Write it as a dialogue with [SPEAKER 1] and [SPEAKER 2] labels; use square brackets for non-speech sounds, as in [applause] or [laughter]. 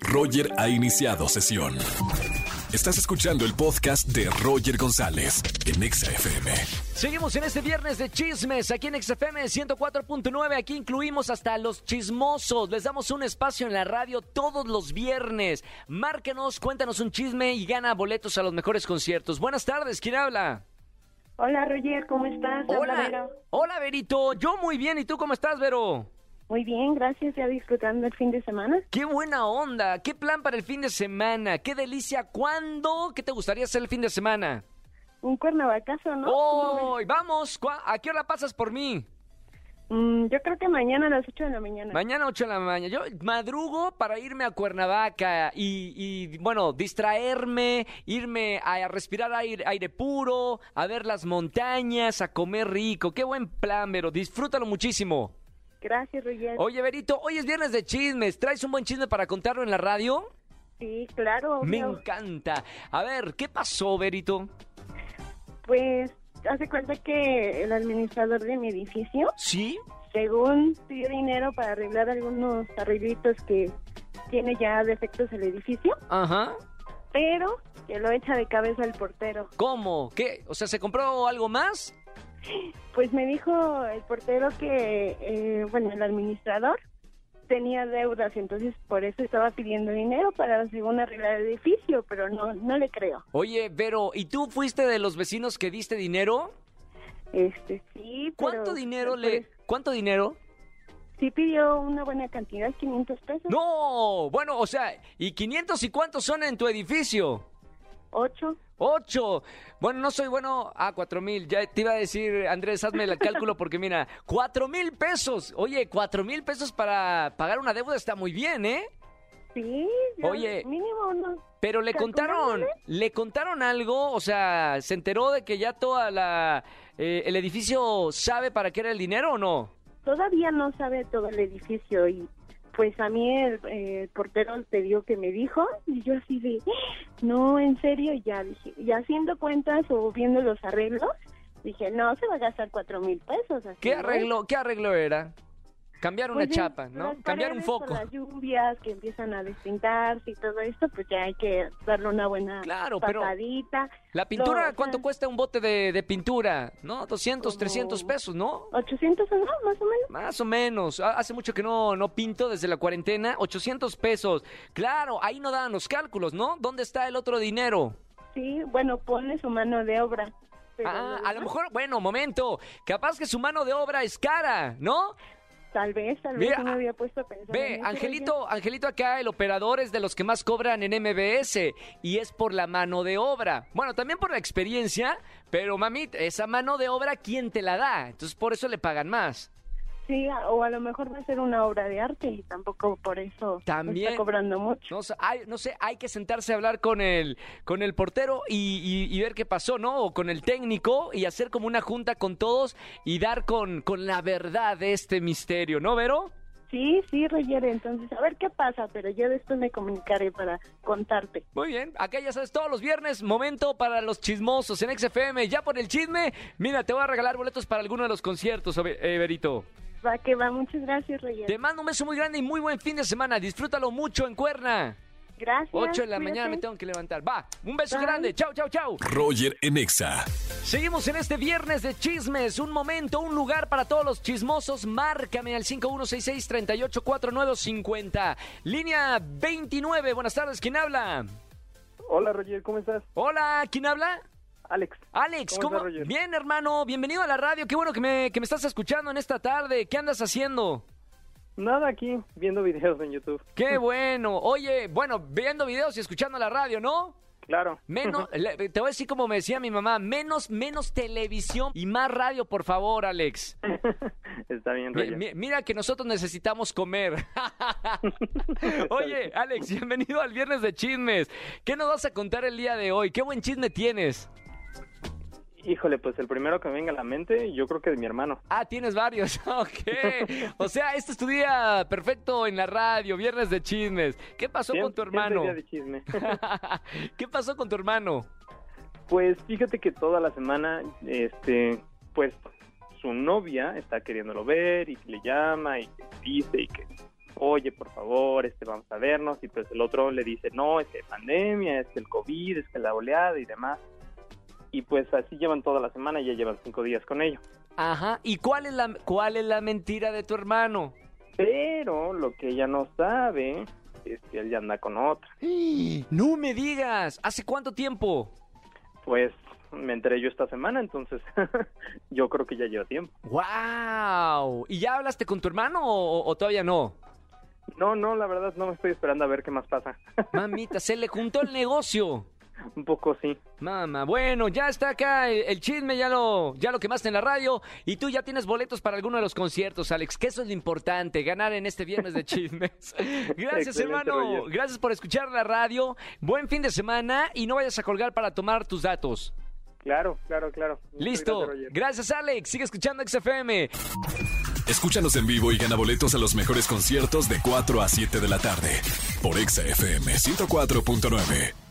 [SPEAKER 1] Roger ha iniciado sesión. Estás escuchando el podcast de Roger González en Exa FM.
[SPEAKER 2] Seguimos en este viernes de chismes aquí en XFM 104.9. Aquí incluimos hasta los chismosos. Les damos un espacio en la radio todos los viernes. Márquenos, cuéntanos un chisme y gana boletos a los mejores conciertos. Buenas tardes, ¿quién habla?
[SPEAKER 3] Hola Roger, ¿cómo estás? Habla
[SPEAKER 2] Hola,
[SPEAKER 3] Vero.
[SPEAKER 2] hola Verito. Yo muy bien, ¿y tú cómo estás, Vero?
[SPEAKER 3] Muy bien, gracias. Ya disfrutando el fin de semana.
[SPEAKER 2] Qué buena onda, qué plan para el fin de semana, qué delicia. ¿Cuándo? ¿Qué te gustaría hacer el fin de semana?
[SPEAKER 3] Un cuernavacazo, ¿no? ¿Cómo
[SPEAKER 2] ¡Hoy! ¡Vamos! ¿Cuá- ¿A qué hora pasas por mí? Oh.
[SPEAKER 3] ves? Mm, yo creo que mañana a las 8 de la mañana.
[SPEAKER 2] Mañana 8 de la mañana. Yo madrugo para irme a Cuernavaca y, y, bueno, distraerme, irme a, respirar aire, aire puro, a ver las montañas, a comer rico. Qué buen plan, pero disfrútalo muchísimo.
[SPEAKER 3] gracias, Roger.
[SPEAKER 2] Oye, Berito, hoy es viernes de chismes. ¿Traes un buen chisme para contarlo en la radio?
[SPEAKER 3] Sí, claro.
[SPEAKER 2] Me
[SPEAKER 3] obvio.
[SPEAKER 2] encanta. A ver, ¿qué pasó, Berito?
[SPEAKER 3] Pues, hace cuenta que el administrador de mi edificio,
[SPEAKER 2] ¿Sí?
[SPEAKER 3] según pidió dinero para arreglar algunos arreglitos que tiene ya defectos el edificio,
[SPEAKER 2] Ajá.
[SPEAKER 3] pero que lo echa de cabeza el portero.
[SPEAKER 2] ¿Cómo? ¿Qué? O sea, ¿se compró algo más?
[SPEAKER 3] Pues me dijo el portero que, eh, bueno, el administrador tenía deudas, entonces por eso estaba pidiendo dinero para, según, arreglar el edificio, pero no, no le creo.
[SPEAKER 2] Oye, Vero, ¿y tú fuiste de los vecinos que diste dinero?
[SPEAKER 3] Este, sí, pero-
[SPEAKER 2] ¿Cuánto dinero
[SPEAKER 3] pues,
[SPEAKER 2] le.? ¿Cuánto dinero?
[SPEAKER 3] Sí pidió una buena cantidad, 500 pesos.
[SPEAKER 2] ¡No! Bueno, o sea, ¿y 500 y cuántos son en tu edificio?
[SPEAKER 3] Ocho.
[SPEAKER 2] ¡Ocho! Bueno, no soy bueno. Ah, cuatro mil. Ya te iba a decir, Andrés, hazme el cálculo porque mira, cuatro mil pesos. Oye, cuatro mil pesos para pagar una deuda está muy bien, ¿eh?
[SPEAKER 3] Sí. yo-
[SPEAKER 2] Oye.
[SPEAKER 3] Mínimo uno.
[SPEAKER 2] Pero le contaron,
[SPEAKER 3] Calculándole.
[SPEAKER 2] le contaron algo, o sea, ¿se enteró de que ya toda la. eh, el edificio sabe para qué era el dinero o no?
[SPEAKER 3] Todavía no sabe todo el edificio y pues a mí el, eh, el portero te dijo que me dijo y yo así de, no, en serio, Y ya dije, y haciendo cuentas o viendo los arreglos, dije, no, se va a gastar cuatro mil pesos. así,
[SPEAKER 2] ¿Qué
[SPEAKER 3] ¿no?
[SPEAKER 2] arreglo, qué arreglo era? Cambiar una
[SPEAKER 3] Pues,
[SPEAKER 2] chapa,
[SPEAKER 3] las
[SPEAKER 2] ¿no?
[SPEAKER 3] paredes
[SPEAKER 2] Cambiar un
[SPEAKER 3] por
[SPEAKER 2] foco.
[SPEAKER 3] las lluvias que empiezan a despintarse y todo esto, pues ya hay que darle una buena
[SPEAKER 2] Claro, pero-
[SPEAKER 3] pasadita.
[SPEAKER 2] La pintura,
[SPEAKER 3] No, o
[SPEAKER 2] ¿cuánto
[SPEAKER 3] sea,
[SPEAKER 2] cuesta un bote de, de pintura? ¿No? 200,
[SPEAKER 3] Como-
[SPEAKER 2] 300 pesos, ¿no?
[SPEAKER 3] 800 o no, más o menos.
[SPEAKER 2] Más o menos. Ha- Hace mucho que no, no pinto desde la cuarentena. 800 pesos. Claro, ahí no daban los cálculos, ¿no? ¿Dónde está el otro dinero?
[SPEAKER 3] Sí, bueno, ponle su mano de obra. pero
[SPEAKER 2] Ah,
[SPEAKER 3] demás,
[SPEAKER 2] a lo mejor, bueno, momento. Capaz que su mano de obra es cara, ¿no?
[SPEAKER 3] Tal vez, tal
[SPEAKER 2] Mira,
[SPEAKER 3] vez no me había puesto a pensar. en
[SPEAKER 2] Ve,
[SPEAKER 3] eso, oye.
[SPEAKER 2] Angelito, Angelito acá, el operador es de los que más cobran en MBS y es por la mano de obra. Bueno, también por la experiencia, pero mami, esa mano de obra, ¿quién te la da? Entonces por eso le pagan más.
[SPEAKER 3] Sí, a- o a lo mejor va a ser una obra de arte y tampoco por eso
[SPEAKER 2] También.
[SPEAKER 3] está cobrando mucho.
[SPEAKER 2] No, sé, hay, no sé, hay que sentarse a hablar con el, con el portero y, y- y ver qué pasó, ¿no? O con el técnico y hacer como una junta con todos y dar con, con la verdad de este misterio, ¿no, Vero?
[SPEAKER 3] Sí, sí, Roger, entonces a ver qué pasa, pero yo después me comunicaré para contarte.
[SPEAKER 2] Muy bien, acá ya sabes, todos los viernes, momento para los chismosos en XFM. Ya por el chisme, mira, te voy a regalar boletos para alguno de los conciertos, Obe- eh, Berito.
[SPEAKER 3] Va que va, muchas gracias, Roger.
[SPEAKER 2] Te mando un beso muy grande y muy buen fin de semana. Disfrútalo mucho en Cuerna.
[SPEAKER 3] Gracias.
[SPEAKER 2] 8 de la
[SPEAKER 3] cuídate.
[SPEAKER 2] mañana me tengo que levantar. Va, un beso
[SPEAKER 3] Bye.
[SPEAKER 2] grande. Chau, chau, chau.
[SPEAKER 1] Roger en Exa.
[SPEAKER 2] Seguimos en este viernes de chismes. Un momento, un lugar para todos los chismosos. Márcame al 5166-384950. Línea 29. Buenas tardes, ¿quién habla?
[SPEAKER 4] Hola Roger, ¿cómo estás?
[SPEAKER 2] Hola, ¿quién habla?
[SPEAKER 4] Alex.
[SPEAKER 2] Alex,
[SPEAKER 4] ¿Cómo
[SPEAKER 2] ¿cómo?
[SPEAKER 4] estás, Roger?
[SPEAKER 2] Bien, hermano, bienvenido a la radio. Qué bueno que me, que me estás escuchando en esta tarde. ¿Qué andas haciendo?
[SPEAKER 4] Nada aquí, viendo videos en YouTube.
[SPEAKER 2] Qué bueno. Oye, bueno, viendo videos y escuchando la radio, ¿no?
[SPEAKER 4] Claro.
[SPEAKER 2] Menos, le- te voy a decir como me decía mi mamá, menos, menos televisión y más radio, por favor, Alex.
[SPEAKER 4] Está bien,
[SPEAKER 2] Mi-
[SPEAKER 4] Roger. [laughs]
[SPEAKER 2] mi- mira que nosotros necesitamos comer. [laughs] Oye, Alex, bienvenido al viernes de chismes. ¿Qué nos vas a contar el día de hoy? ¿Qué buen chisme tienes?
[SPEAKER 4] Híjole, pues el primero que me venga a la mente, yo creo que es mi hermano.
[SPEAKER 2] Ah, tienes varios. [laughs] Ok.
[SPEAKER 4] [laughs]
[SPEAKER 2] O sea, este es tu día perfecto en la radio, viernes de chismes. ¿Qué pasó con tu
[SPEAKER 4] Siempre- siempre
[SPEAKER 2] hermano?
[SPEAKER 4] idea de chisme.
[SPEAKER 2] [laughs] ¿Qué pasó con tu hermano?
[SPEAKER 4] pues fíjate que toda la semana, este, pues su novia está queriéndolo ver y que le llama y que dice y que oye, por favor, este, vamos a vernos, y pues el otro le dice, no, es que hay pandemia, es que el COVID, es que la oleada y demás. Y pues así llevan toda la semana, ya llevan cinco días con ello.
[SPEAKER 2] Ajá. ¿Y cuál es la, cuál es la mentira de tu hermano? [gasps]
[SPEAKER 4] Pero lo que ella no sabe es que él ya anda con otra.
[SPEAKER 2] No me digas. ¿Hace cuánto tiempo?
[SPEAKER 4] Pues me enteré yo esta semana, entonces [laughs] yo creo que ya lleva tiempo.
[SPEAKER 2] ¡Wow! ¿Y ya hablaste con tu hermano o, o todavía
[SPEAKER 4] [laughs]
[SPEAKER 2] no?
[SPEAKER 4] No, no, la verdad no me estoy esperando a ver qué más pasa.
[SPEAKER 2] Mamita, se le juntó el negocio.
[SPEAKER 4] Un poco sí.
[SPEAKER 2] Mamá, bueno, ya está acá el, el chisme, ya lo, ya lo quemaste en la radio y tú ya tienes boletos para alguno de los conciertos, Alex, que eso es lo importante, ganar en este viernes de chismes. Gracias,
[SPEAKER 4] [laughs] Excelente,
[SPEAKER 2] hermano.
[SPEAKER 4] Roger.
[SPEAKER 2] Gracias por escuchar la radio. Buen fin de semana y no vayas a colgar para tomar tus datos.
[SPEAKER 4] Claro, claro, claro. Muchas
[SPEAKER 2] Listo.
[SPEAKER 4] gracias, Roger.
[SPEAKER 2] Gracias, Alex. Sigue escuchando XFM.
[SPEAKER 1] Escúchanos en vivo y gana boletos a los mejores conciertos de 4 a 7 de la tarde por Exa FM 104.9.